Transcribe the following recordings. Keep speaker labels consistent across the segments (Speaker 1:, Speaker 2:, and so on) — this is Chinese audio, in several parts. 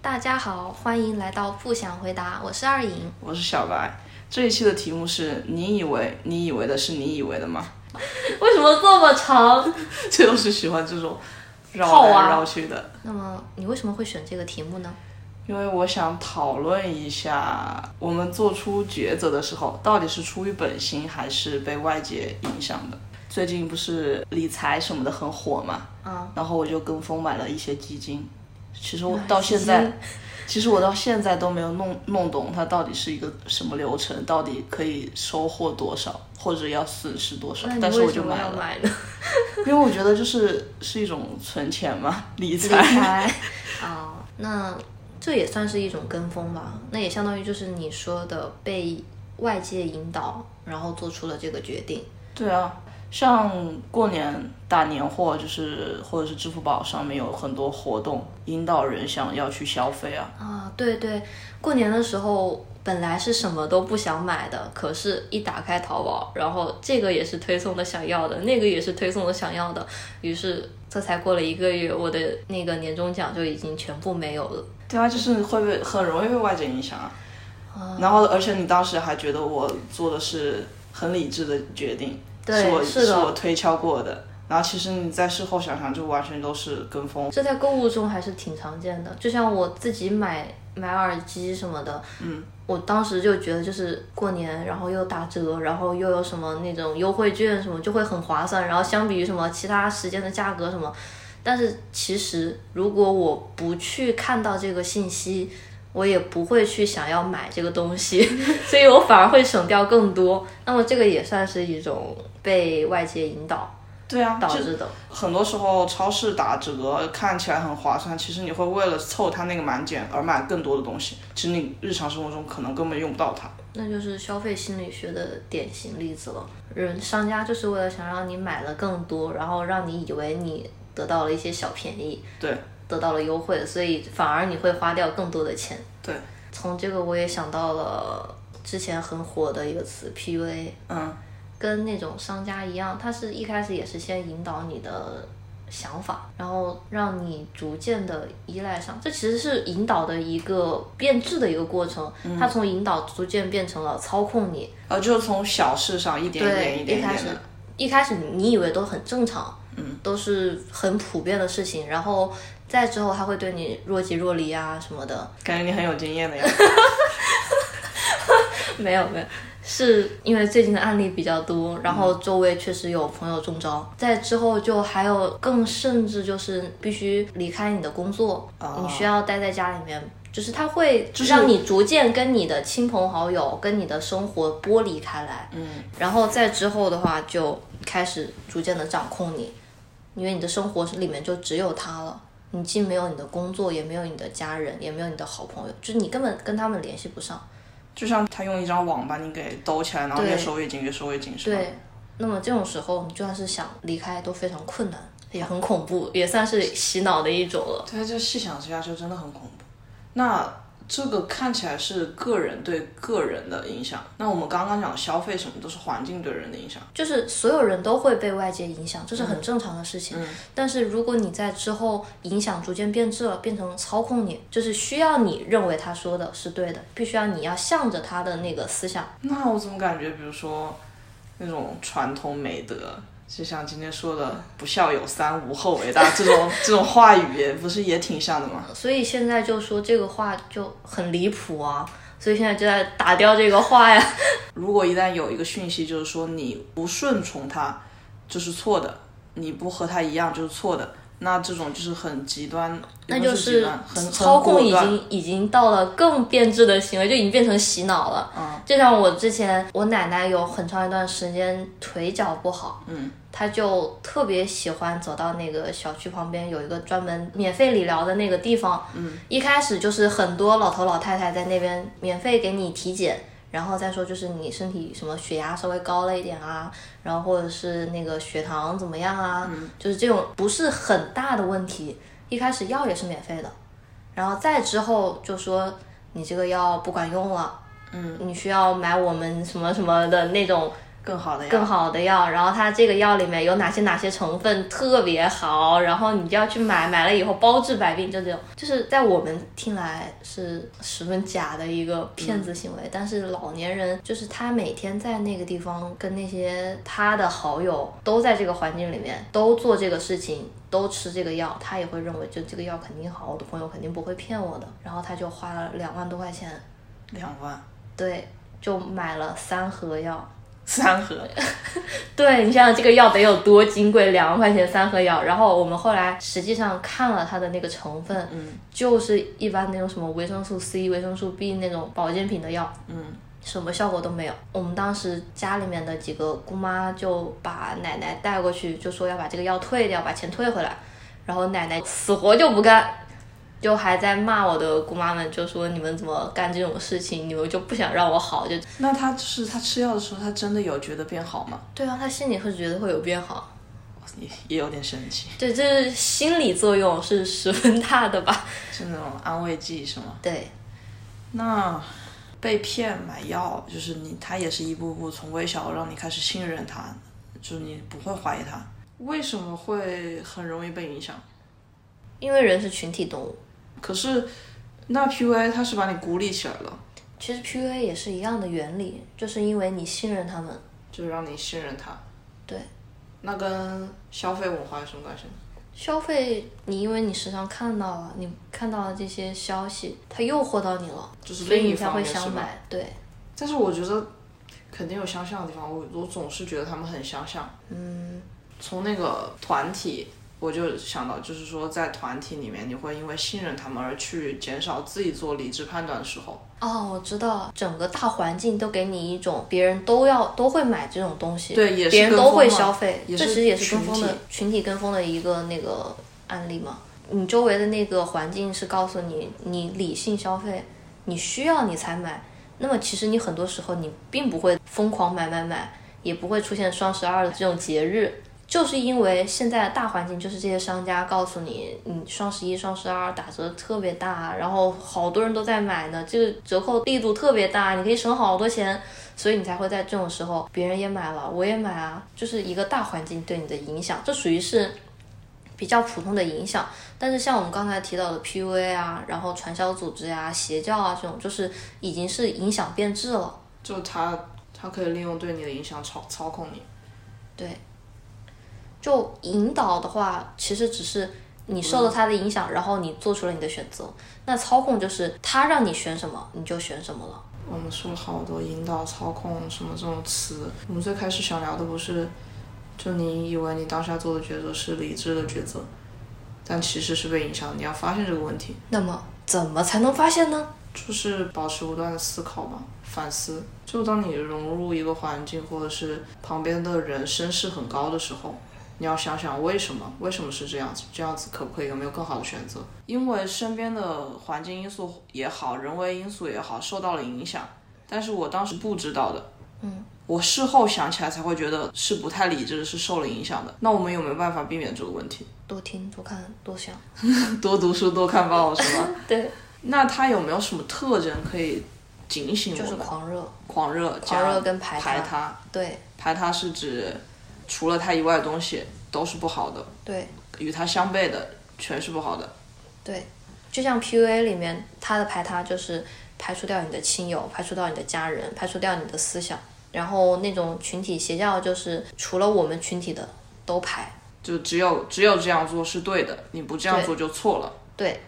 Speaker 1: 大家好，欢迎来到不想回答，我是二颖。
Speaker 2: 我是小白。这一期的题目是你以为你以为的是你以为的吗？
Speaker 1: 为什么这么长？
Speaker 2: 这都是喜欢这种
Speaker 1: 套
Speaker 2: 绕
Speaker 1: 娃
Speaker 2: 来绕去的，
Speaker 1: 那么你为什么会选这个题目呢？
Speaker 2: 因为我想讨论一下，我们做出抉择的时候，到底是出于本心还是被外界影响的。最近不是理财什么的很火嘛，
Speaker 1: 啊，
Speaker 2: 然后我就跟风买了一些基金。其实我
Speaker 1: 买
Speaker 2: 到现
Speaker 1: 基
Speaker 2: 在
Speaker 1: 金，
Speaker 2: 其实我到现在都没有弄弄懂它到底是一个什么流程，到底可以收获多少，或者要损失多少
Speaker 1: 那。
Speaker 2: 但
Speaker 1: 你
Speaker 2: 是我
Speaker 1: 为
Speaker 2: 就
Speaker 1: 什么
Speaker 2: 买
Speaker 1: 要
Speaker 2: 了，
Speaker 1: 买呢？
Speaker 2: 因为我觉得就是是一种存钱嘛，理
Speaker 1: 理
Speaker 2: 财。
Speaker 1: 财啊，那这也算是一种跟风吧？那也相当于就是你说的被外界引导，然后做出了这个决定。
Speaker 2: 对啊，像过年打年货，就是或者是支付宝上面有很多活动，引导人想要去消费啊。
Speaker 1: 啊，对对，过年的时候本来是什么都不想买的，可是一打开淘宝，然后这个也是推送的想要的，那个也是推送的想要的，于是这才过了一个月，我的那个年终奖就已经全部没有了。
Speaker 2: 对啊，就是会被很容易被外界影响啊。
Speaker 1: 哦
Speaker 2: 然后，而且你当时还觉得我做的是很理智的决定，
Speaker 1: 对
Speaker 2: 是我
Speaker 1: 是的
Speaker 2: 我推敲过的。然后其实你在事后想想，就完全都是跟风。
Speaker 1: 这在购物中还是挺常见的，就像我自己买买耳机什么的，嗯，我当时就觉得就是过年，然后又打折，然后又有什么那种优惠券什么，就会很划算。然后相比于什么其他时间的价格什么，但是其实如果我不去看到这个信息。我也不会去想要买这个东西， 所以我反而会省掉更多。那么这个也算是一种被外界引导
Speaker 2: 对啊，
Speaker 1: 导
Speaker 2: 就
Speaker 1: 致的。
Speaker 2: 很多时候超市打折看起来很划算，其实你会为了凑它那个满减而买更多的东西，其实你日常生活中可能根本用不到它。
Speaker 1: 那就是消费心理学的典型例子了。人商家就是为了想让你买了更多，然后让你以为你得到了一些小便宜，
Speaker 2: 对，
Speaker 1: 得到了优惠，所以反而你会花掉更多的钱。
Speaker 2: 对，
Speaker 1: 从这个我也想到了之前很火的一个词 PUA，
Speaker 2: 嗯，
Speaker 1: 跟那种商家一样，他是一开始也是先引导你的想法，然后让你逐渐的依赖上。这其实是引导的一个变质的一个过程，
Speaker 2: 嗯
Speaker 1: 他从引导逐渐变成了操控你。
Speaker 2: 呃，就从小事上一点一点
Speaker 1: 对，
Speaker 2: 一点
Speaker 1: 一
Speaker 2: 一
Speaker 1: 开
Speaker 2: 点
Speaker 1: 始
Speaker 2: 的，
Speaker 1: 一开始你以为都很正常，嗯，都是很普遍的事情，然后再之后他会对你若即若离啊什么的，
Speaker 2: 感觉你很有经验的 样子。
Speaker 1: 没有没有，是因为最近的案例比较多，然后周围确实有朋友中招，在之后就还有更甚至就是必须离开你的工作，
Speaker 2: 哦
Speaker 1: 你需要待在家里面。就是他会
Speaker 2: 就是
Speaker 1: 让你逐渐跟你的亲朋好友、跟你的生活剥离开来，嗯，然后再之后的话就开始逐渐的掌控你，因为你的生活里面就只有他了，你既没有你的工作，也没有你的家人，也没有你的好朋友，就是你根本跟他们联系不上。
Speaker 2: 就像他用一张网把你给兜起来，然后
Speaker 1: 对
Speaker 2: 越收越紧，越收越紧，是吧？
Speaker 1: 对，那么这种时候，你就算是想离开都非常困难，也很恐怖，也算是洗脑的一种了。
Speaker 2: 对，就细想之下就真的很恐怖。那这个看起来是个人对个人的影响，那我们刚刚讲消费什么都是环境对人的影响。
Speaker 1: 就是所有人都会被外界影响，这是很正常的事情。但是如果你在之后影响逐渐变质了，变成操控你，就是需要你认为他说的是对的，必须要你要向着他的那个思想。
Speaker 2: 那我怎么感觉，比如说那种传统美德，就像今天说的“不孝有三，无后为大” 这种这种话语，不是也挺像的吗？
Speaker 1: 所以现在就说这个话就很离谱啊！所以现在就在打掉这个话呀。
Speaker 2: 如果一旦有一个讯息，就是说你不顺从他，就是错的；你不和他一样，就是错的。那这种就是很极端，
Speaker 1: 那
Speaker 2: 也
Speaker 1: 就
Speaker 2: 不是极
Speaker 1: 是
Speaker 2: 端很很
Speaker 1: 操控
Speaker 2: 果
Speaker 1: 已
Speaker 2: 断
Speaker 1: 经已经到了更变质的行为，就已经变成洗脑了。嗯，就像我之前，我奶奶有很长一段时间腿脚不好，嗯，她就特别喜欢走到那个小区旁边有一个专门免费理疗的那个地方，嗯，一开始就是很多老头老太太在那边免费给你体检。然后再说就是你身体什么血压稍微高了一点啊，然后或者是那个血糖怎么样啊，
Speaker 2: 嗯
Speaker 1: 就是这种不是很大的问题，一开始药也是免费的，然后再之后就说嗯你这个药不管用了，嗯，你需要买我们什么什么的那种
Speaker 2: 更好的药，
Speaker 1: 更好的药，然后它这个药里面有哪些哪些成分特别好，然后你就要去买，买了以后包治百病，就这种，就是在我们听来是十分假的一个骗子行为。但是老年人就是他每天在那个地方跟那些他的好友都在这个环境里面，都做这个事情，都吃这个药，他也会认为就这个药肯定好，我的朋友肯定不会骗我的，然后他就花了两万多块钱，
Speaker 2: 两万
Speaker 1: 对，就买了三盒药。
Speaker 2: 三盒，
Speaker 1: 对你想想这个药得有多金贵，两万块钱三盒药。然后我们后来实际上看了它的那个成分，
Speaker 2: 嗯
Speaker 1: 就是一般那种什么维生素 C、维生素 B 那种保健品的药，
Speaker 2: 嗯
Speaker 1: 什么效果都没有。我们当时家里面的几个姑妈就把奶奶带过去，就说要把这个药退掉，把钱退回来。然后奶奶死活就不干，就还在骂我的姑妈们，就说你们怎么干这种事情？你们就不想让我好？就
Speaker 2: 那他就是他吃药的时候，他真的有觉得变好吗？
Speaker 1: 对啊，她心里会觉得会有变好。
Speaker 2: 也也有点神奇，
Speaker 1: 对，这是心理作用是十分大的吧？
Speaker 2: 是那种安慰剂是吗？
Speaker 1: 对，
Speaker 2: 那被骗买药，就是你他也是一步步从微小让你开始信任他，就是你不会怀疑他。为什么会很容易被影响？
Speaker 1: 因为人是群体动物，
Speaker 2: 可是那 PUA 他是把你孤立起来了，
Speaker 1: 其实 PUA 也是一样的原理，就是因为你信任他们，
Speaker 2: 就是让你信任他。
Speaker 1: 对，
Speaker 2: 那跟消费文化有什么关系呢？
Speaker 1: 消费你，因为你时常看到了，你看到了这些消息，它诱惑到你了，
Speaker 2: 就是
Speaker 1: 所以
Speaker 2: 另一
Speaker 1: 你才
Speaker 2: 方
Speaker 1: 会
Speaker 2: 面是
Speaker 1: 想
Speaker 2: 吧？
Speaker 1: 买。对，
Speaker 2: 但是我觉得肯定有相像的地方，我我总是觉得他们很相像。
Speaker 1: 嗯，
Speaker 2: 从那个团体，我就想到，就是说在团体里面，你会因为信任他们而去减少自己做理智判断的时候。
Speaker 1: 哦，我知道，整个大环境都给你一种别人都要都会买这种东西，
Speaker 2: 对，也是
Speaker 1: 别人
Speaker 2: 跟
Speaker 1: 都会
Speaker 2: 风嘛
Speaker 1: 消费，
Speaker 2: 也
Speaker 1: 这
Speaker 2: 是
Speaker 1: 其实也是跟
Speaker 2: 群
Speaker 1: 风的群体跟风的一个那个案例嘛。你周围的那个环境是告诉你，你理性消费，你需要你才买。那么其实你很多时候你并不会疯狂买买买，也不会出现双十二这种节日，就是因为现在的大环境就是这些商家告诉你，你双十一、双十二打折特别大，然后好多人都在买呢，这个折扣力度特别大，你可以省好多钱，所以你才会在这种时候，别人也买了，我也买啊，就是一个大环境对你的影响，这属于是比较普通的影响。但是像我们刚才提到的 PUA 啊，然后传销组织呀、邪教啊这种，就是已经是影响变质了。
Speaker 2: 就他他可以利用对你的影响操操控你，
Speaker 1: 就引导的话，其实只是你受了他的影响，然后你做出了你的选择。那操控就是他让你选什么，你就选什么了。
Speaker 2: 我们说了好多引导、操控什么这种词，我们最开始想聊的不是，就你以为你当下做的抉择是理智的抉择，但其实是被影响。你要发现这个问题，
Speaker 1: 那么怎么才能发现呢？
Speaker 2: 就是保持不断的思考吧，反思。就当你融入一个环境，或者是旁边的人声势很高的时候，你要想想为什么，为什么是这样子？这样子可不可以有没有更好的选择？因为身边的环境因素也好，人为因素也好，受到了影响，但是我当时不知道的。嗯，我事后想起来才会觉得是不太理智的，是受了影响的。那我们有没有办法避免这个问题？
Speaker 1: 多听、多看、多想。
Speaker 2: 多读书，多看报，是吧？
Speaker 1: 对，
Speaker 2: 那他有没有什么特征可以警醒我
Speaker 1: 就是
Speaker 2: 们？
Speaker 1: 狂热、
Speaker 2: 狂热加
Speaker 1: 狂热跟排
Speaker 2: 排
Speaker 1: 他。
Speaker 2: 他，
Speaker 1: 对
Speaker 2: 排他是指除了他以外的东西都是不好的，
Speaker 1: 对
Speaker 2: 与他相悖的全是不好的。
Speaker 1: 对，就像 PUA 里面，它的排他就是排除掉你的亲友，排除掉你的家人，排除掉你的思想。然后那种群体邪教就是除了我们群体的都排。
Speaker 2: 就只有只有这样做是对的，你不这样做就错了。
Speaker 1: 对，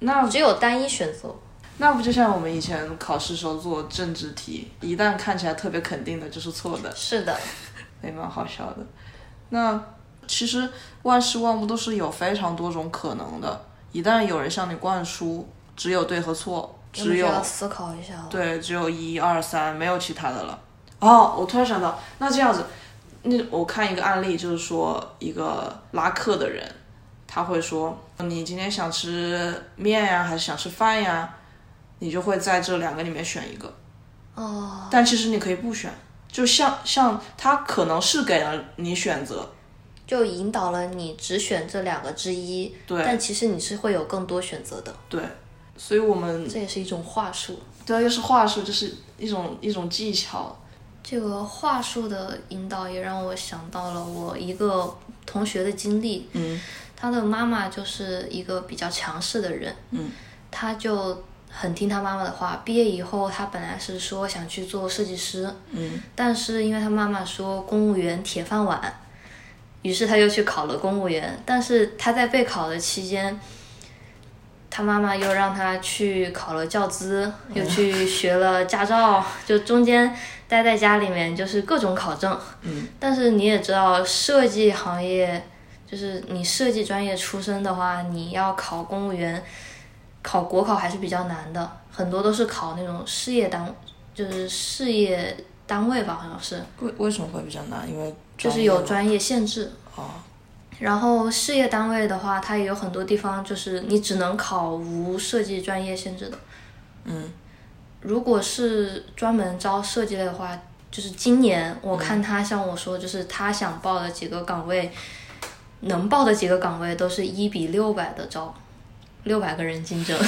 Speaker 2: 那
Speaker 1: 只有单一选择。
Speaker 2: 那不就像我们以前考试时候做政治题，一旦看起来特别肯定的就是 错的，
Speaker 1: 是的，
Speaker 2: 也蛮好笑的。那其实万事万物都是有非常多种可能的，一旦有人向你灌输只有对和错，
Speaker 1: 那么
Speaker 2: 只
Speaker 1: 就
Speaker 2: 有
Speaker 1: 要思考一下了。
Speaker 2: 对，只有一二三，没有其他的了。哦，我突然想到，那这样子，那我看一个案例，就是说一个拉客的人，他会说嗯你今天想吃面呀，还是想吃饭呀？你就会在这两个里面选一个，
Speaker 1: 哦，
Speaker 2: 但其实你可以不选。就像像他可能是给了你选择，
Speaker 1: 就引导了你只选这两个之一，
Speaker 2: 对
Speaker 1: 但其实你是会有更多选择的，
Speaker 2: 对，所以我们
Speaker 1: 这也是一种话术。
Speaker 2: 对啊，又是话术，就是一种一种技巧。
Speaker 1: 这个话术的引导也让我想到了我一个同学的经历。
Speaker 2: 嗯
Speaker 1: 他的妈妈就是一个比较强势的人，
Speaker 2: 嗯
Speaker 1: 他就很听他妈妈的话。毕业以后，他本来是说想去做设计师，
Speaker 2: 嗯
Speaker 1: 但是因为他妈妈说公务员铁饭碗，于是他又去考了公务员。但是他在备考的期间，他妈妈又让他去考了教资，又
Speaker 2: 嗯
Speaker 1: 去学了驾照，就中间待在家里面就是各种考证。
Speaker 2: 嗯
Speaker 1: 但是你也知道，设计行业就是你设计专业出身的话，你要考公务员，考国考还是比较难的，很多都是考那种事业单，就是事业单位吧，好像是，
Speaker 2: 为为什么会比较难？因为
Speaker 1: 就是
Speaker 2: 专业
Speaker 1: 有
Speaker 2: 吗
Speaker 1: 专业限制。
Speaker 2: 哦，
Speaker 1: 然后事业单位的话，它也有很多地方就是你只能考无设计专业限制的。
Speaker 2: 嗯
Speaker 1: 如果是专门招设计类的话，就是今年我看他像我说，就是他想报的几个岗位，能报的几个岗位都是一比六百的招，六百个人竞争。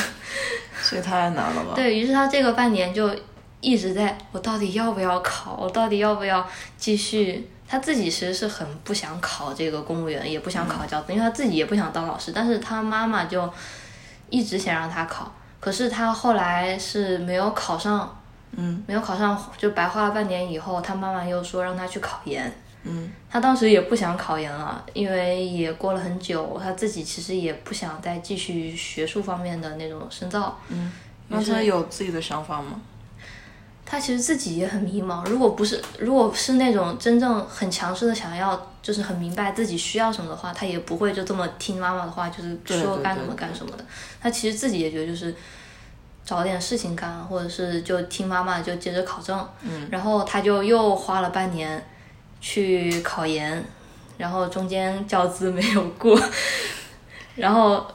Speaker 2: 这也太难了吧？
Speaker 1: 对于是他这个半年就一直在，我到底要不要考？我到底要不要继续？他自己其实是很不想考这个公务员，也不想
Speaker 2: 嗯
Speaker 1: 考教资，因为他自己也不想当老师，但是他妈妈就一直想让他考，可是他后来是没有考上。
Speaker 2: 嗯
Speaker 1: 没有考上，就白花了半年以后，他妈妈又说让他去考研。
Speaker 2: 嗯
Speaker 1: 他当时也不想考研了，因为也过了很久，他自己其实也不想再继续学术方面的那种深造。
Speaker 2: 嗯，那他有自己的想法吗？
Speaker 1: 他其实自己也很迷茫。如果不是，如果是那种真正很强势的想要，就是很明白自己需要什么的话，他也不会就这么听妈妈的话，就是
Speaker 2: 对
Speaker 1: 说
Speaker 2: 对
Speaker 1: 干什
Speaker 2: 对
Speaker 1: 么
Speaker 2: 对
Speaker 1: 干什么的。他其实自己也觉得就是找点事情干，或者是就听妈妈就接着考证。嗯。然后他就又花了半年去考研，然后中间教资没有过， 然后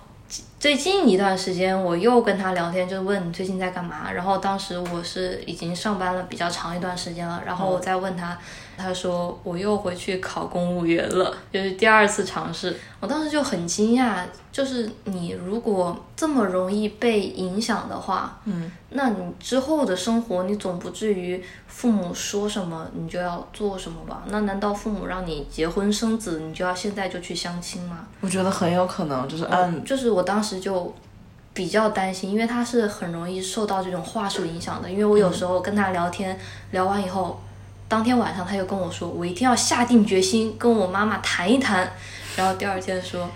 Speaker 1: 最近一段时间，我又跟他聊天，就问你最近在干嘛。然后当时我是已经上班了比较长一段时间了，然后我再问他，他说我又回去考公务员了，就是第二次尝试。我当时就很惊讶，就是你如果这么容易被影响的话，
Speaker 2: 嗯，
Speaker 1: 那你之后的生活，你总不至于父母说什么你就要做什么吧？那难道父母让你结婚生子，你就要现在就去相亲吗？
Speaker 2: 我觉得很有可能就是按
Speaker 1: 就是我当时就比较担心，因为他是很容易受到这种话术影响的。因为我有时候跟他聊天，聊完以后，当天晚上他就跟我说，我一定要下定决心跟我妈妈谈一谈。然后第二天说，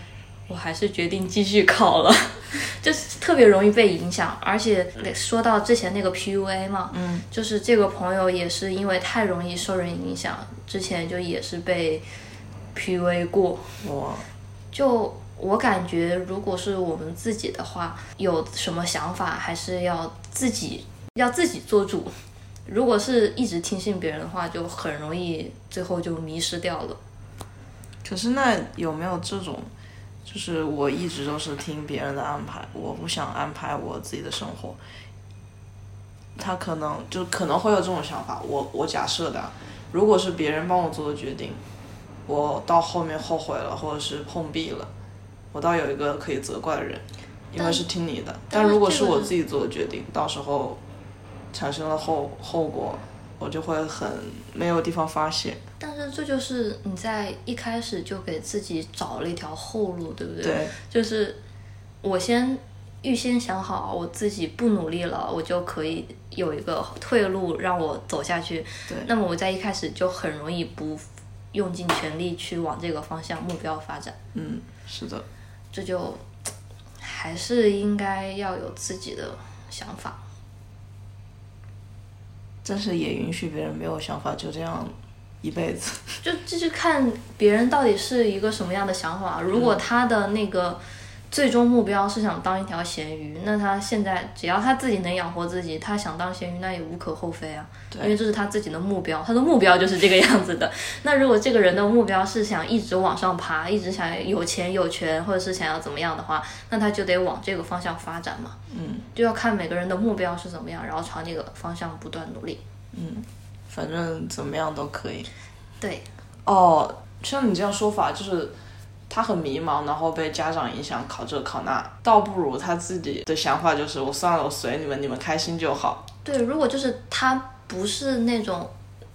Speaker 1: 我还是决定继续考了， 就是特别容易被影响。而且说到之前那个 PUA 嘛，
Speaker 2: 嗯，
Speaker 1: 就是这个朋友也是因为太容易受人影响，之前就也是被 PUA 过，
Speaker 2: 我
Speaker 1: 就我感觉，如果是我们自己的话，有什么想法还是要自己要自己做主。如果是一直听信别人的话，就很容易最后就迷失掉了。
Speaker 2: 可是那有没有这种，就是我一直都是听别人的安排，我不想安排我自己的生活。他可能就可能会有这种想法，我我假设的啊，如果是别人帮我做的决定，我到后面后悔了，或者是碰壁了，我倒有一个可以责怪的人，因为
Speaker 1: 但
Speaker 2: 是听你的。
Speaker 1: 但
Speaker 2: 但
Speaker 1: 是
Speaker 2: 如果
Speaker 1: 这
Speaker 2: 是
Speaker 1: 个
Speaker 2: 我
Speaker 1: 是
Speaker 2: 自己做的决定，到时候产生了后后果，我就会很没有地方发泄。
Speaker 1: 但是这就是你在一开始就给自己找了一条后路，对不对？
Speaker 2: 对，
Speaker 1: 就是我先预先想好，我自己不努力了，我就可以有一个退路让我走下去。
Speaker 2: 对
Speaker 1: 那么我在一开始就很容易不用尽全力去往这个方向目标发展，
Speaker 2: 嗯，是的。
Speaker 1: 这就还是应该要有自己的想法。
Speaker 2: 但是也允许别人没有想法就这样一辈子。
Speaker 1: 就这就看别人到底是一个什么样的想法。如
Speaker 2: 嗯
Speaker 1: 果他的那个最终目标是想当一条咸鱼，那他现在只要他自己能养活自己，他想当咸鱼那也无可厚非啊，
Speaker 2: 对
Speaker 1: 因为这是他自己的目标，他的目标就是这个样子的。那如果这个人的目标是想一直往上爬，一直想有钱有权，或者是想要怎么样的话，那他就得往这个方向发展嘛，
Speaker 2: 嗯
Speaker 1: 就要看每个人的目标是怎么样，然后朝那个方向不断努力。
Speaker 2: 嗯，反正怎么样都可以。
Speaker 1: 对，
Speaker 2: 哦，像你这样说法，就是他很迷茫，然后被家长影响，考这考那，倒不如他自己的想法就是我算了，我随你们，你们开心就好。
Speaker 1: 对，如果就是他不是那种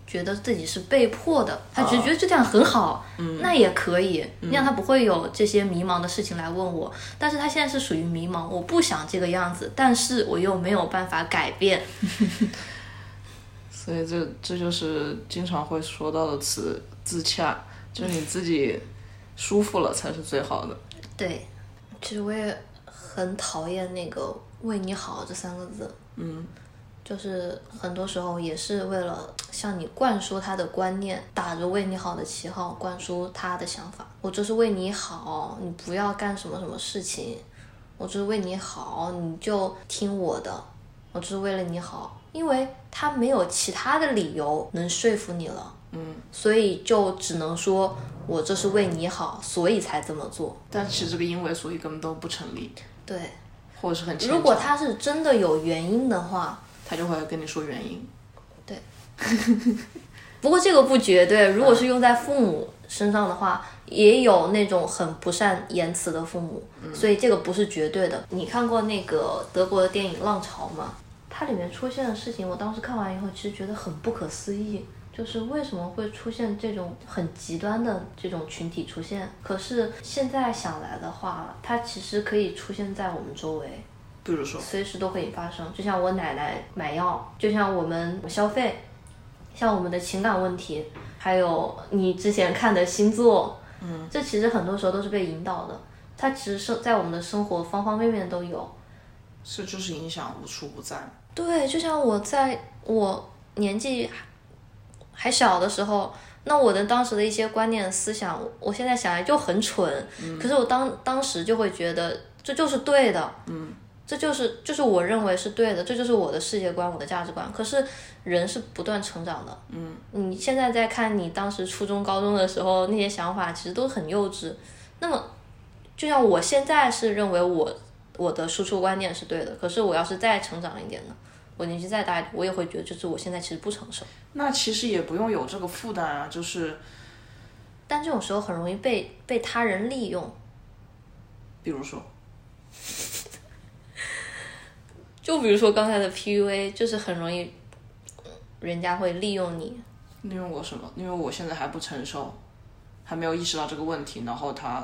Speaker 1: 觉得自己是被迫的，他只是觉得这样很好，那也可以，那样他不会有这些迷茫的事情来问我。但是他现在是属于迷茫，我不想这个样子，但是我又没有办法改变。
Speaker 2: 所以这这就是经常会说到的词“自洽”，就是你自己舒服了才是最好的。
Speaker 1: 对，其实我也很讨厌那个“为你好”这三个字。
Speaker 2: 嗯，
Speaker 1: 就是很多时候也是为了向你灌输他的观念，打着为你好的旗号灌输他的想法。我就是为你好，你不要干什么什么事情，我就是为你好，你就听我的，我就是为了你好，因为他没有其他的理由能说服你了。
Speaker 2: 嗯，
Speaker 1: 所以就只能说我这是为你好，所以才这么做。
Speaker 2: 但其实这个因为所以根本都不成立，
Speaker 1: 对，
Speaker 2: 或者是很牵
Speaker 1: 如果
Speaker 2: 强
Speaker 1: 他是真的有原因的话，
Speaker 2: 他就会跟你说原因。
Speaker 1: 不过这个不绝对，如果是用在父母身上的话，也有那种很不善言辞的父母，
Speaker 2: 嗯
Speaker 1: 所以这个不是绝对的。你看过那个德国的电影《浪潮》吗？它里面出现的事情，我当时看完以后，其实觉得很不可思议，就是为什么会出现这种很极端的这种群体出现？可是现在想来的话，它其实可以出现在我们周围。
Speaker 2: 比如说，
Speaker 1: 随时都可以发生。就像我奶奶买药，就像我们消费，像我们的情感问题，还有你之前看的星座，嗯，这其实很多时候都是被引导的。它其实是在我们的生活方方面面都有。
Speaker 2: 这就是影响无处不在。
Speaker 1: 对，就像我在我年纪还还小的时候，那我的当时的一些观念思想，我我现在想来就很蠢，可是我当当时就会觉得这就是对的，嗯，这就是就是我认为是对的，这就是我的世界观，我的价值观。可是人是不断成长的，嗯，你现在在看你当时初中、高中的时候那些想法，其实都很幼稚。那么，就像我现在是认为我我的输出观念是对的，可是我要是再成长一点呢，我年纪再大一点，我也会觉得就是我现在其实不成熟。
Speaker 2: 那其实也不用有这个负担啊，就是
Speaker 1: 但这种时候很容易被被他人利用，
Speaker 2: 比如说，
Speaker 1: 就比如说刚才的 PUA，就是很容易嗯人家会利用你。
Speaker 2: 因为我什么？因为我现在还不成熟，还没有意识到这个问题，然后它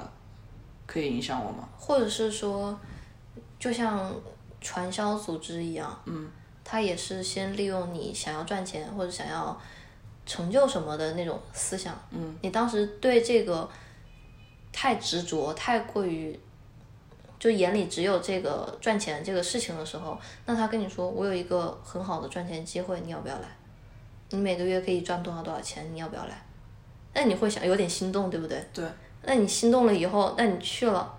Speaker 2: 可以影响我吗？
Speaker 1: 或者是说，就像传销组织一样，嗯，他也是先利用你想要赚钱或者想要成就什么的那种思想，嗯，你当时对这个太执着，太过于就眼里只有这个赚钱这个事情的时候，那他跟你说我有一个很好的赚钱机会，你要不要来？你每个月可以赚多少多少钱，你要不要来？那你会想有点心动，对不对？
Speaker 2: 对，
Speaker 1: 那你心动了以后，那你去了，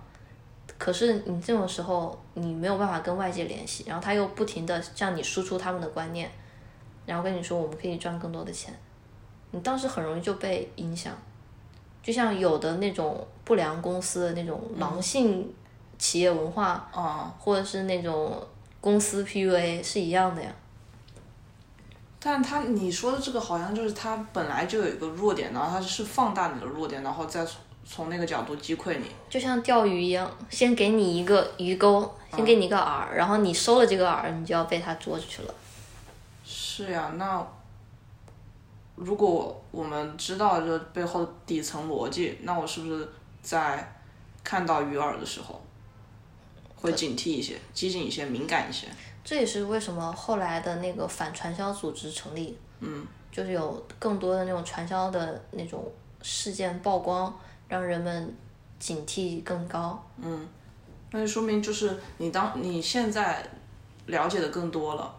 Speaker 1: 可是你这种时候你没有办法跟外界联系，然后他又不停的向你输出他们的观念，然后跟你说我们可以赚更多的钱，你当时很容易就被影响，就像有的那种不良公司的那种狼性企业文化，
Speaker 2: 啊、
Speaker 1: 或者是那种公司 PUA 是一样的呀。
Speaker 2: 但他你说的这个好像就是他本来就有一个弱点，然后他是放大你的弱点，然后再从从那个角度击溃你。
Speaker 1: 就像钓鱼一样，先给你一个鱼钩，先给你一个饵，然后你收了这个饵，你就要被它捉出去了。
Speaker 2: 是呀、那如果我们知道这背后的底层逻辑，那我是不是在看到鱼饵的时候会警惕一些、机警一些、敏感一些？
Speaker 1: 这也是为什么后来的那个反传销组织成立，嗯，就是有更多的那种传销的那种事件曝光，让人们警惕更高。
Speaker 2: 嗯那就说明就是你当你现在了解的更多了，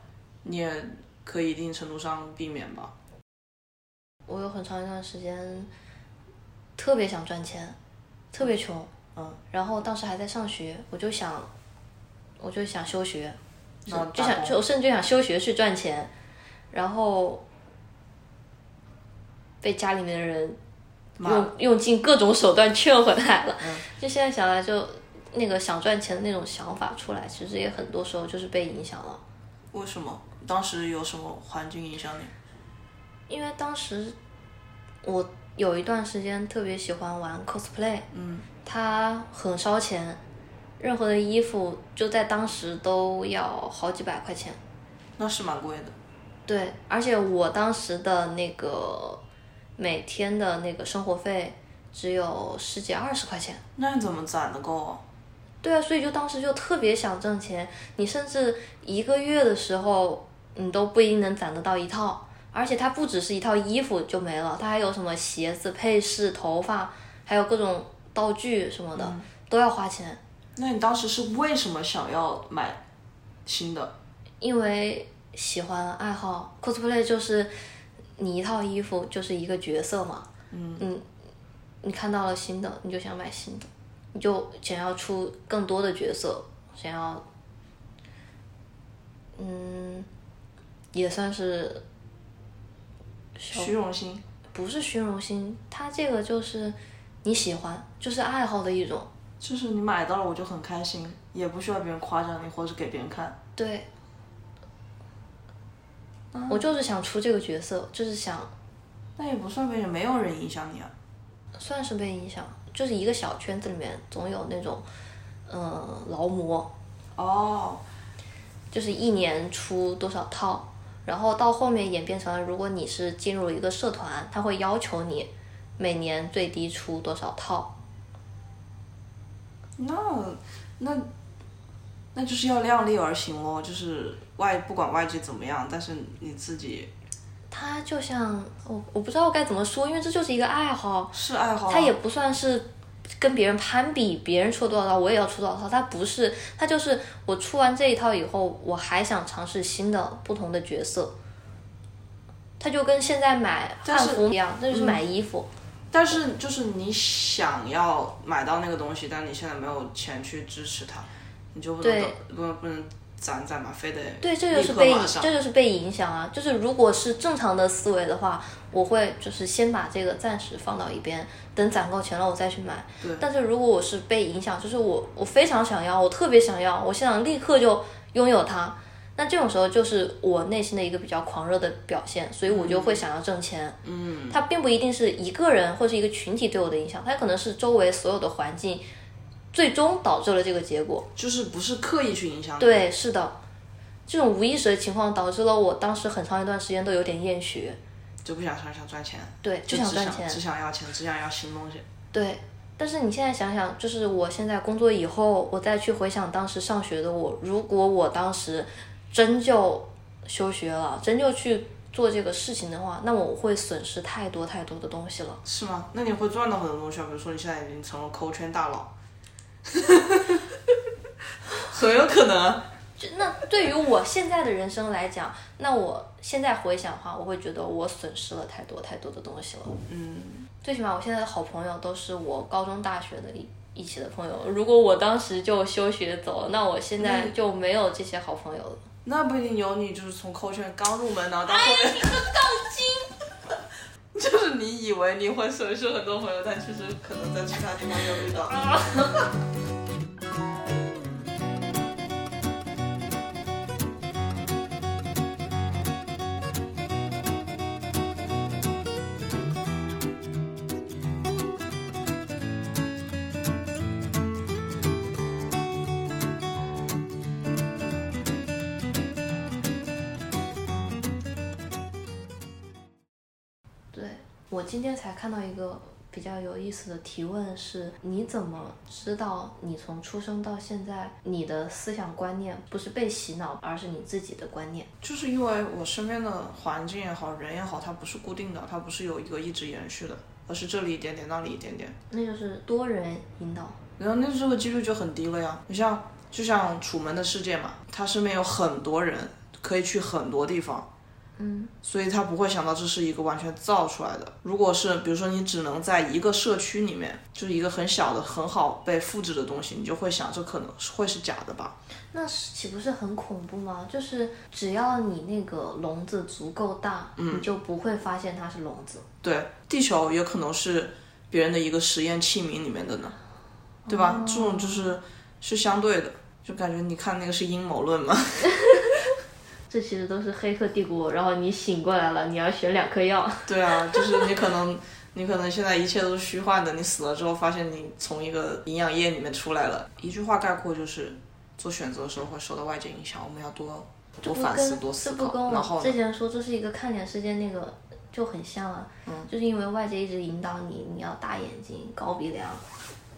Speaker 2: 你也可以一定程度上避免吧。
Speaker 1: 我有很长一段时间特别想赚钱，特别穷，嗯，然后当时还在上学，我就想，我就想休学，嗯
Speaker 2: 然后
Speaker 1: 就
Speaker 2: 打
Speaker 1: 想
Speaker 2: 工
Speaker 1: 就甚至想休学去赚钱，然后被家里面的人
Speaker 2: 妈
Speaker 1: 用用尽各种手段劝回来了。就现在想来就。那个想赚钱的那种想法出来，其实也很多时候就是被影响了。
Speaker 2: 为什么？当时有什么环境影响你？
Speaker 1: 因为当时我有一段时间特别喜欢玩 cosplay，嗯，它很烧钱，任何的衣服就在当时都要好几百块钱。
Speaker 2: 那是蛮贵的。
Speaker 1: 对，而且我当时的那个每天的那个生活费只有十几二十块钱。
Speaker 2: 那你怎么攒得够啊？
Speaker 1: 对啊，所以就当时就特别想挣钱。你甚至一个月的时候，你都不一定能攒得到一套，而且它不只是一套衣服就没了，它还有什么鞋子、配饰、头发，还有各种道具什么的，都要花钱。
Speaker 2: 那你当时是为什么想要买新的？
Speaker 1: 因为喜欢爱好 cosplay 就是你一套衣服就是一个角色嘛，嗯，你你看到了新的，你就想买新的，你就想要出更多的角色，想要，嗯，也算是
Speaker 2: 虚荣心？
Speaker 1: 不是虚荣心，它这个就是你喜欢，就是爱好的一种，
Speaker 2: 就是你买到了我就很开心，也不需要别人夸奖你或者给别人看。
Speaker 1: 对。我就是想出这个角色，就是想
Speaker 2: 那也不算被人，没有人影响你啊。
Speaker 1: 算是被影响，就是一个小圈子里面总有那种，嗯、劳模，
Speaker 2: 哦，
Speaker 1: 就是一年出多少套，然后到后面演变成了，如果你是进入一个社团，他会要求你每年最低出多少套，
Speaker 2: 那那那就是要量力而行咯，就是外不管外界怎么样，但是你自己
Speaker 1: 它就像我我不知道该怎么说，因为这就是一个爱好，
Speaker 2: 是爱好啊，
Speaker 1: 它也不算是跟别人攀比，别人出多少套我也要出多少套，它不是，它就是我出完这一套以后，我还想尝试新的不同的角色。它就跟现在买
Speaker 2: 但
Speaker 1: 汉
Speaker 2: 是
Speaker 1: 服一样，那就是买衣服。
Speaker 2: 但是就是你想要买到那个东西，但你现在没有钱去支持它，你就不能
Speaker 1: 对
Speaker 2: 等不能不能攒攒嘛，非得
Speaker 1: 对，这就
Speaker 2: 立
Speaker 1: 是
Speaker 2: 刻
Speaker 1: 被
Speaker 2: 马上
Speaker 1: 这就是被影响啊。就是如果是正常的思维的话，我会就是先把这个暂时放到一边，等攒够钱了我再去买。
Speaker 2: 对
Speaker 1: 但是如果我是被影响，就是我我非常想要，我特别想要，我想立刻就拥有它。那这种时候就是我内心的一个比较狂热的表现，所以我就会想要挣钱。嗯，它并不一定是一个人或是一个群体对我的影响，它可能是周围所有的环境，最终导致了这个结果。
Speaker 2: 就是不是刻意去影响你。
Speaker 1: 对，是的，这种无意识的情况导致了我当时很长一段时间都有点厌学，
Speaker 2: 就不想想想赚钱，
Speaker 1: 对，就
Speaker 2: 只
Speaker 1: 想赚钱，
Speaker 2: 只想要钱，只想要新东西。
Speaker 1: 对。但是你现在想想，就是我现在工作以后，我再去回想当时上学的我，如果我当时真就休学了，真就去做这个事情的话，那我会损失太多太多的东西了。
Speaker 2: 是吗？那你会赚到很多东西啊，比如说你现在已经成了抠圈大佬， 很有可能啊。
Speaker 1: 就那对于我现在的人生来讲，那我现在回想的话，我会觉得我损失了太多太多的东西了。
Speaker 2: 嗯，
Speaker 1: 最起码我现在的好朋友都是我高中、大学的一一起的朋友。如果我当时就休学走了，那我现在就没有这些好朋友了。
Speaker 2: 那不一定有你，就是从抠圈刚入门，然后到后面、
Speaker 1: 哎你个杠精！
Speaker 2: 就是你以为你会损失很多朋友，但其实可能在其他地方没有遇到。
Speaker 1: 嗯对我今天才看到一个比较有意思的提问是：你怎么知道你从出生到现在，你的思想观念不是被洗脑，而是你自己的观念？
Speaker 2: 就是因为我身边的环境也好，人也好，它不是固定的，它不是有一个一直延续的，而是这里一点点，那里一点点。
Speaker 1: 那就是多人引导。
Speaker 2: 然后那这个几率就很低了呀。你像就像《楚门的世界》嘛，他身边有很多人可以去很多地方，
Speaker 1: 嗯，
Speaker 2: 所以他不会想到这是一个完全造出来的。如果是比如说你只能在一个社区里面，就是一个很小的、很好被复制的东西，你就会想这可能是会是假的吧？
Speaker 1: 那是岂不是很恐怖吗？就是只要你那个笼子足够大，你就不会发现它是笼子。
Speaker 2: 对，地球也可能是别人的一个实验器皿里面的呢，对吧？这种就是是相对的，就感觉你看那个是阴谋论嘛。
Speaker 1: 这其实都是《黑客帝国》，然后你醒过来了，你要选两颗药。
Speaker 2: 对啊，就是你可能，你可能现在一切都是虚幻的，你死了之后发现你从一个营养液里面出来了。一句话概括就是，做选择的时候会受到外界影响，我们要多多
Speaker 1: 不
Speaker 2: 反
Speaker 1: 跟
Speaker 2: 思多
Speaker 1: 这
Speaker 2: 思
Speaker 1: 不跟
Speaker 2: 考，然
Speaker 1: 我
Speaker 2: 后
Speaker 1: 之
Speaker 2: 呢？
Speaker 1: 前说这是一个看脸事件那个就很像啊，
Speaker 2: 嗯
Speaker 1: 就是因为外界一直引导你，你要大眼睛、高鼻梁，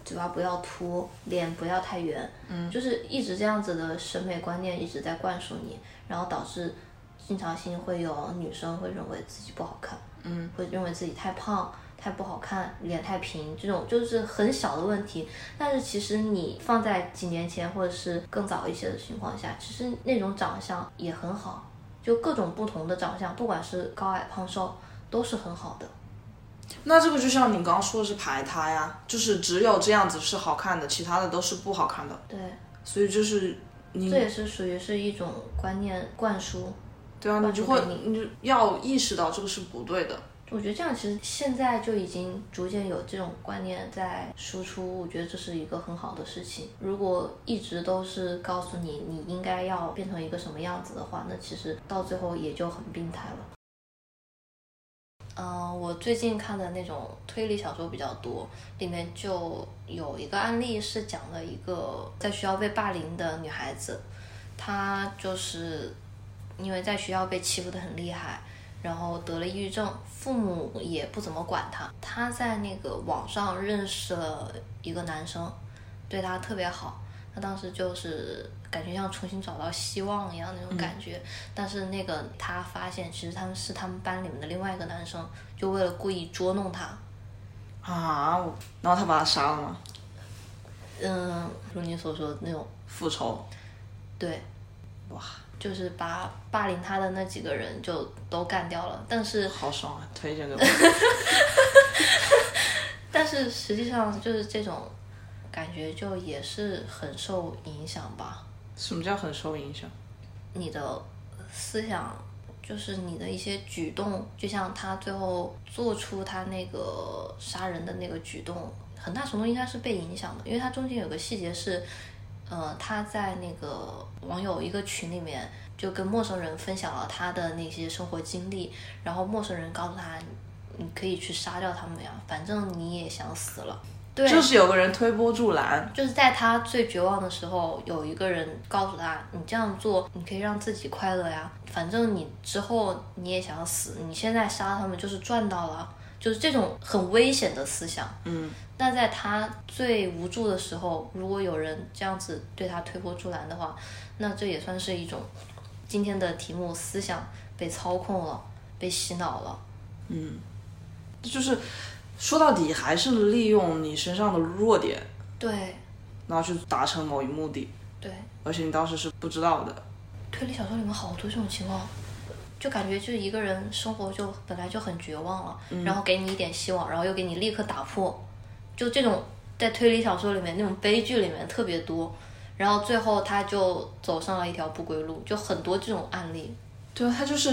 Speaker 1: 嘴巴不要凸，脸不要太圆，嗯，就是一直这样子的审美观念一直在灌输你，然后导致经常性会有女生会认为自己不好看，嗯，会认为自己太胖。太不好看，脸太平，这种就是很小的问题。但是其实你放在几年前或者是更早一些的情况下，其实那种长相也很好，就各种不同的长相，不管是高矮胖瘦，都是很好的。
Speaker 2: 那这个就像你刚刚说的是排他呀，就是只有这样子是好看的，其他的都是不好看的。
Speaker 1: 对，
Speaker 2: 所以就是
Speaker 1: 这也是属于是一种观念灌输。
Speaker 2: 对啊，你就
Speaker 1: 灌
Speaker 2: 会
Speaker 1: 输给
Speaker 2: 你就要意识到这个是不对的。
Speaker 1: 我觉得这样其实现在就已经逐渐有这种观念在输出，我觉得这是一个很好的事情。如果一直都是告诉你你应该要变成一个什么样子的话，那其实到最后也就很病态了。嗯、我最近看的那种推理小说比较多，里面就有一个案例是讲了一个在学校被霸凌的女孩子，她就是因为在学校被欺负的很厉害，然后得了抑郁症，父母也不怎么管她。她在那个网上认识了一个男生，对她特别好。她当时就是感觉像重新找到希望一样那种感觉，但是那个她发现其实他们是他们班里面的另外一个男生，就为了故意捉弄她。
Speaker 2: 啊，我然后他把他杀了吗？
Speaker 1: 嗯，如你所说的那种，
Speaker 2: 复仇，
Speaker 1: 对，
Speaker 2: 哇，
Speaker 1: 就是把霸凌她的那几个人就都干掉了，但是
Speaker 2: 好爽啊！推荐给我。
Speaker 1: 但是实际上就是这种感觉，就也是很受影响吧。
Speaker 2: 什么叫很受影响？
Speaker 1: 你的思想，就是你的一些举动，就像他最后做出他那个杀人的那个举动，很大程度应该是被影响的，因为他中间有个细节是，呃，他在那个网友一个群里面就跟陌生人分享了他的那些生活经历，然后陌生人告诉他，你可以去杀掉他们呀，反正你也想死了。对，
Speaker 2: 就是有个人推波助澜，
Speaker 1: 就是在他最绝望的时候，有一个人告诉他：“你这样做，你可以让自己快乐呀。反正你之后你也想死，你现在杀了他们就是赚到了。”就是这种很危险的思想。嗯。那在他最无助的时候，如果有人这样子对他推波助澜的话，那这也算是一种今天的题目思想被操控了，被洗脑了。
Speaker 2: 就是说到底还是利用你身上的弱点，
Speaker 1: 对
Speaker 2: 然后去达成某一目的，
Speaker 1: 对，
Speaker 2: 而且你当时是不知道的。
Speaker 1: 推理小说里面好多这种情况，就感觉就是一个人生活就本来就很绝望了，然后给你一点希望，然后又给你立刻打破，就这种在推理小说里面那种悲剧里面特别多，然后最后他就走上了一条不归路，就很多这种案例。
Speaker 2: 对啊，他就是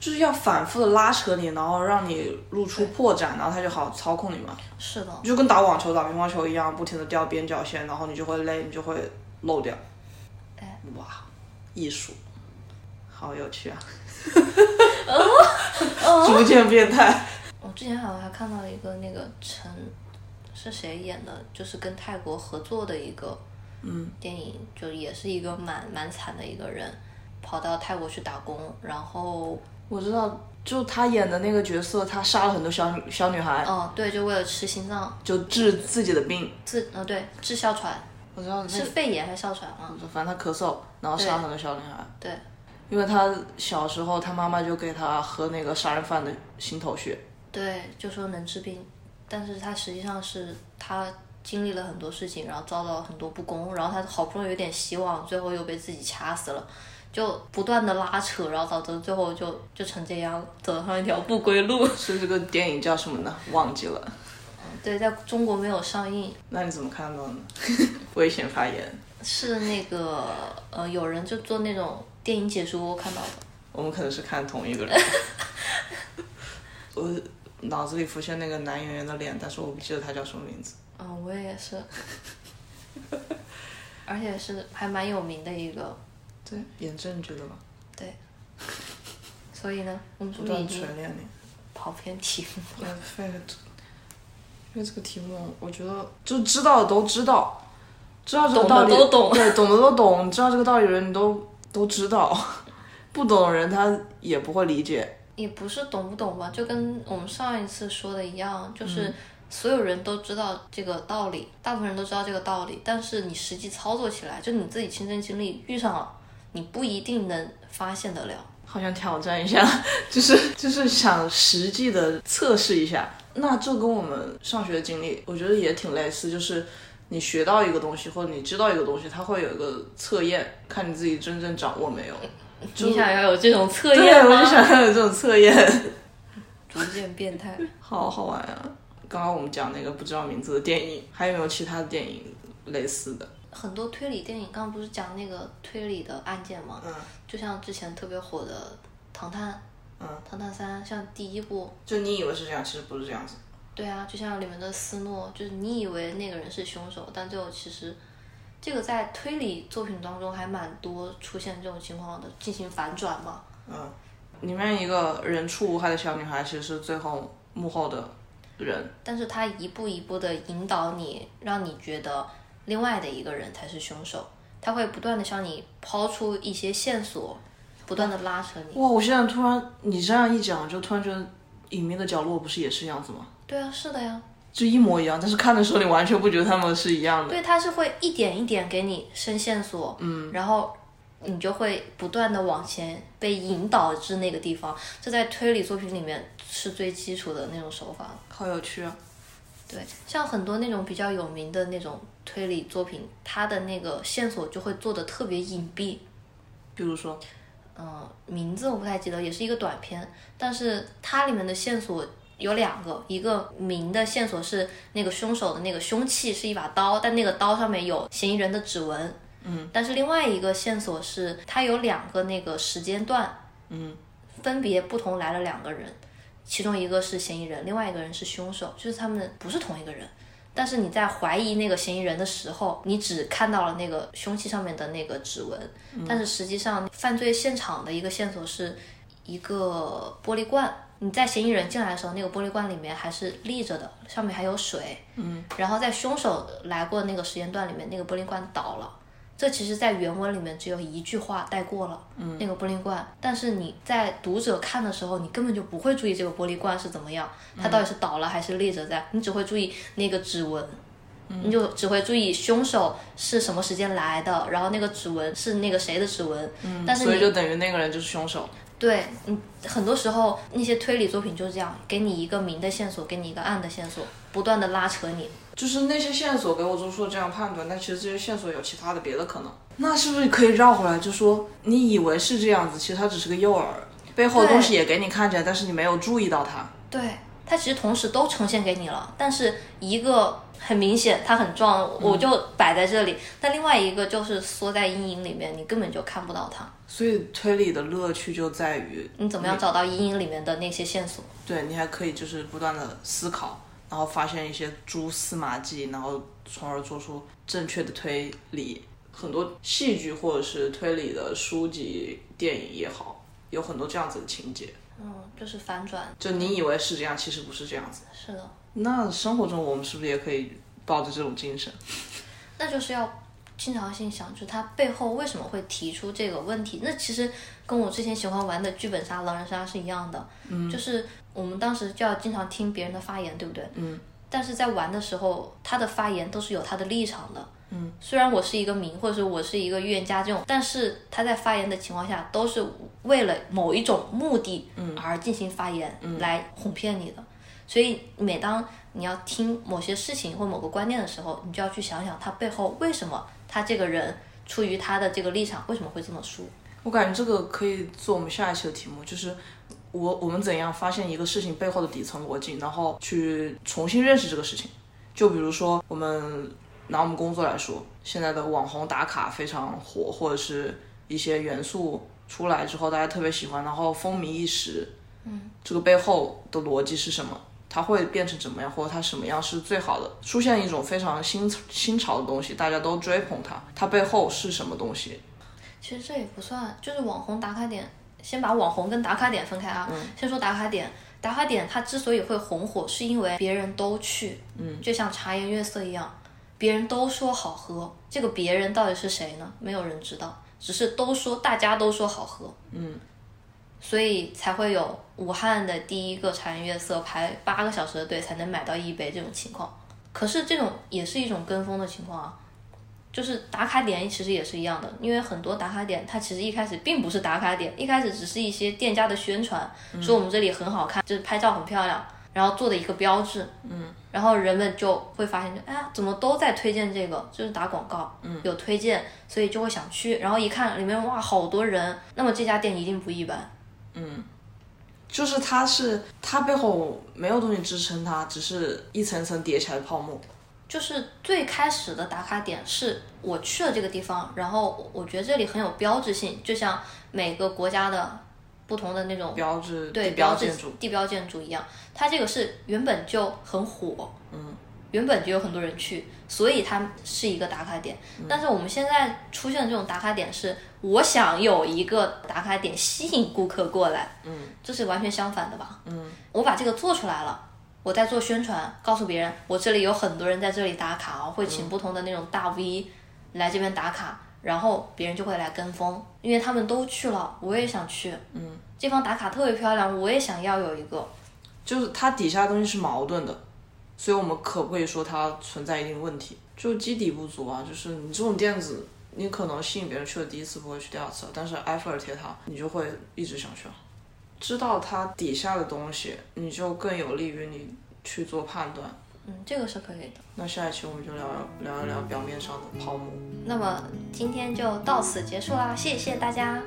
Speaker 2: 就是要反复的拉扯你，然后让你露出破绽，然后他就好操控你嘛，
Speaker 1: 是的，
Speaker 2: 就跟打网球、打乒乓球一样，不停的掉边角线，然后你就会累，你就会漏掉。
Speaker 1: 哎，
Speaker 2: 哇，艺术，好有趣啊！
Speaker 1: 哦
Speaker 2: 逐渐变态。
Speaker 1: 我之前好像还看到一个那个陈是谁演的，就是跟泰国合作的一个嗯电影，就也是一个蛮蛮惨的一个人，跑到泰国去打工，然后
Speaker 2: 我知道，就他演的那个角色，他杀了很多小女小女孩，
Speaker 1: 哦，对，就为了吃心脏
Speaker 2: 就治自己的病。
Speaker 1: 治，呃，对，治哮喘，
Speaker 2: 我知道那
Speaker 1: 嗯是肺炎还是哮喘啊吗？
Speaker 2: 个，反正他咳嗽，然后杀了很多小女孩。
Speaker 1: 对，
Speaker 2: 因为他小时候，他妈妈就给他喝那个杀人犯的心头血。
Speaker 1: 对，就说能治病，但是他实际上是他经历了很多事情，然后遭到很多不公，然后他好不容易有点希望，最后又被自己掐死了。就不断的拉扯，然后导致最后就就成这样，走上一条不归路。
Speaker 2: 是这个电影叫什么呢？忘记了。
Speaker 1: 嗯对，在中国没有上映，
Speaker 2: 那你怎么 看到呢？危险发言，
Speaker 1: 是那个呃，有人就做那种电影解说，我看到的。
Speaker 2: 我们可能是看同一个人。 我脑子里浮现那个男演员的脸，但是我不记得他叫什么名字。
Speaker 1: 嗯，我也是，而且是还蛮有名的一个，
Speaker 2: 对，演正剧的吧，
Speaker 1: 对。所以呢，我们是
Speaker 2: 不
Speaker 1: 不是
Speaker 2: 断
Speaker 1: 已
Speaker 2: 锤
Speaker 1: 经
Speaker 2: 炼你。
Speaker 1: 跑偏题了？
Speaker 2: 浪费了这，因为这个题目，我觉得就知道的都知道，知道这个
Speaker 1: 懂的
Speaker 2: 道理
Speaker 1: 都懂
Speaker 2: 对，懂的都懂，知道这个道理的人你都都知道， 不懂的人他也不会理解。
Speaker 1: 也不是懂不懂吧，就跟我们上一次说的一样，就是所有人都知道这个道理，大部分人都知道这个道理，但是你实际操作起来，就你自己亲身经历遇上了，你不一定能发现得了。
Speaker 2: 好想挑战一下， 就是就是想实际的测试一下。那这跟我们上学的经历，我觉得也挺类似，就是你学到一个东西或者你知道一个东西，它会有一个测验，看你自己真正掌握没有。
Speaker 1: 你想要有这种测
Speaker 2: 对，
Speaker 1: 验
Speaker 2: 我
Speaker 1: 吗
Speaker 2: 就？想要有这种测验，
Speaker 1: 逐渐变态。
Speaker 2: 好好玩啊！刚刚我们讲那个不知道名字的电影，还有没有其他的电影类似的？
Speaker 1: 很多推理电影，刚刚不是讲那个推理的案件吗？
Speaker 2: 嗯，
Speaker 1: 就像之前特别火的《唐探》，
Speaker 2: 嗯，
Speaker 1: 《唐探三》，像第一部，
Speaker 2: 就你以为是这样，其实不是这样子。
Speaker 1: 对啊，就像里面的斯诺，就是你以为那个人是凶手，但最后其实，这个在推理作品当中还蛮多出现这种情况的，进行反转嘛。
Speaker 2: 里面一个人畜无害的小女孩，其实是最后幕后的人。
Speaker 1: 但是他一步一步的引导你，让你觉得另外的一个人才是凶手，他会不断的向你抛出一些线索，不断的拉扯你。
Speaker 2: 哇！我现在突然你这样一讲，就突然觉得《隐秘的角落》不是也是这样子吗？
Speaker 1: 对啊，是的呀，
Speaker 2: 就一模一样，但是看的时候你完全不觉得他们是一样的。
Speaker 1: 对，他是会一点一点给你伸线索，嗯，然后你就会不断的往前被引导至那个地方，这在推理作品里面是最基础的那种手法。
Speaker 2: 好有趣啊！
Speaker 1: 对，像很多那种比较有名的那种推理作品，它的那个线索就会做的特别隐蔽。
Speaker 2: 比如说，
Speaker 1: 嗯、名字我不太记得，也是一个短片，但是它里面的线索有两个，一个明的线索是那个凶手的那个凶器是一把刀，但那个刀上面有嫌疑人的指纹。嗯，但是另外一个线索是它有两个那个时间段，嗯，分别不同来了两个人，其中一个是嫌疑人，另外一个人是凶手，就是他们不是同一个人。但是你在怀疑那个嫌疑人的时候，你只看到了那个凶器上面的那个指纹，但是实际上犯罪现场的一个线索是一个玻璃罐。你在嫌疑人进来的时候，那个玻璃罐里面还是立着的，上面还有水。嗯，然后在凶手来过那个时间段里面，那个玻璃罐倒了。这其实，在原文里面只有一句话带过了，嗯，那个玻璃罐。但是你在读者看的时候，你根本就不会注意这个玻璃罐是怎么样，它到底是倒了还是立着在，你只会注意那个指纹，你就只会注意凶手是什么时间来的，然后那个指纹是那个谁的指纹。嗯但是
Speaker 2: 所以
Speaker 1: 你
Speaker 2: 就等于那个人就是凶手。
Speaker 1: 对你很多时候那些推理作品就是这样，给你一个明的线索，给你一个暗的线索，不断的拉扯你。
Speaker 2: 就是那些线索给我做出了这样判断，但其实这些线索有其他的别的可能。那是不是可以绕回来，就说你以为是这样子，其实它只是个诱饵，背后的
Speaker 1: 对
Speaker 2: 东西也给你看见，但是你没有注意到它。
Speaker 1: 对，它其实同时都呈现给你了，但是一个很明显它很壮，我就摆在这里；但另外一个就是缩在阴影里面，你根本就看不到它。
Speaker 2: 所以推理的乐趣就在于
Speaker 1: 嗯你怎么样找到阴影里面的那些线索？
Speaker 2: 对你还可以就是不断的思考，然后发现一些蛛丝马迹，然后从而做出正确的推理。很多戏剧或者是推理的书籍、电影也好，有很多这样子的情节，
Speaker 1: 嗯，就是反转。
Speaker 2: 就你以为是这样，其实不是这样子。
Speaker 1: 是的，
Speaker 2: 那生活中我们是不是也可以抱着这种精神？
Speaker 1: 那就是要经常性想，就是它背后为什么会提出这个问题？那其实跟我之前喜欢玩的剧本杀、狼人杀是一样的，就是我们当时就要经常听别人的发言，对不对？
Speaker 2: 嗯。
Speaker 1: 但是在玩的时候，他的发言都是有他的立场的。嗯。虽然我是一个民，或者是我是一个预言家这种，但是他在发言的情况下，都是为了某一种目的而进行发言，来哄骗你的。所以，每当你要听某些事情或某个观念的时候，你就要去想想他背后为什么他这个人出于他的这个立场为什么会这么说。
Speaker 2: 我感觉这个可以做我们下一期的题目，就是我我们怎样发现一个事情背后的底层逻辑，然后去重新认识这个事情。就比如说，我们拿我们工作来说，现在的网红打卡非常火，或者是一些元素出来之后，大家特别喜欢，然后风靡一时。嗯，这个背后的逻辑是什么？它会变成怎么样，或者它什么样是最好的？出现一种非常新新潮的东西，大家都追捧它，它背后是什么东西？
Speaker 1: 其实这也不算，就是网红打卡点，先把网红跟打卡点分开啊。先说打卡点，打卡点它之所以会红火，是因为别人都去，嗯，就像茶颜悦色一样，别人都说好喝，这个别人到底是谁呢？没有人知道，只是都说大家都说好喝，
Speaker 2: 嗯，
Speaker 1: 所以才会有武汉的第一个茶颜悦色排八个小时的队才能买到一杯这种情况。可是这种也是一种跟风的情况啊，就是打卡点其实也是一样的，因为很多打卡点它其实一开始并不是打卡点，一开始只是一些店家的宣传，说我们这里很好看，就是拍照很漂亮，然后做的一个标志，嗯，然后人们就会发现，哎呀，怎么都在推荐这个，就是打广告，嗯，有推荐，所以就会想去，然后一看里面哇好多人，那么这家店一定不一般，
Speaker 2: 就是它是它背后没有东西支撑它，只是一层层叠起来的泡沫。
Speaker 1: 就是最开始的打卡点是我去了这个地方，然后我觉得这里很有标志性，就像每个国家的不同的那种
Speaker 2: 标志
Speaker 1: 对
Speaker 2: 地标
Speaker 1: 志
Speaker 2: 建筑，
Speaker 1: 地标建筑一样，它这个是原本就很火，嗯，原本就有很多人去，所以它是一个打卡点。
Speaker 2: 嗯
Speaker 1: 但是我们现在出现的这种打卡点是，我想有一个打卡点吸引顾客过来，嗯，这是完全相反的吧？嗯，我把这个做出来了。我在做宣传，告诉别人我这里有很多人在这里打卡哦，会
Speaker 2: 嗯
Speaker 1: 请不同的那种大 V 来这边打卡，然后别人就会来跟风，因为他们都去了，我也想去，嗯，这方打卡特别漂亮，我也想要有一个，
Speaker 2: 就是它底下的东西是矛盾的，所以我们可不可以说它存在一定问题？就基底不足啊，就是你这种店子，你可能吸引别人去了第一次不会去第二次，但是埃菲尔铁塔你就会一直想去啊。知道它底下的东西，你就更有利于你去做判断。
Speaker 1: 嗯，这个是可以的。
Speaker 2: 那下一期我们就聊聊聊一聊表面上的泡沫。
Speaker 1: 那么今天就到此结束啦，谢谢大家。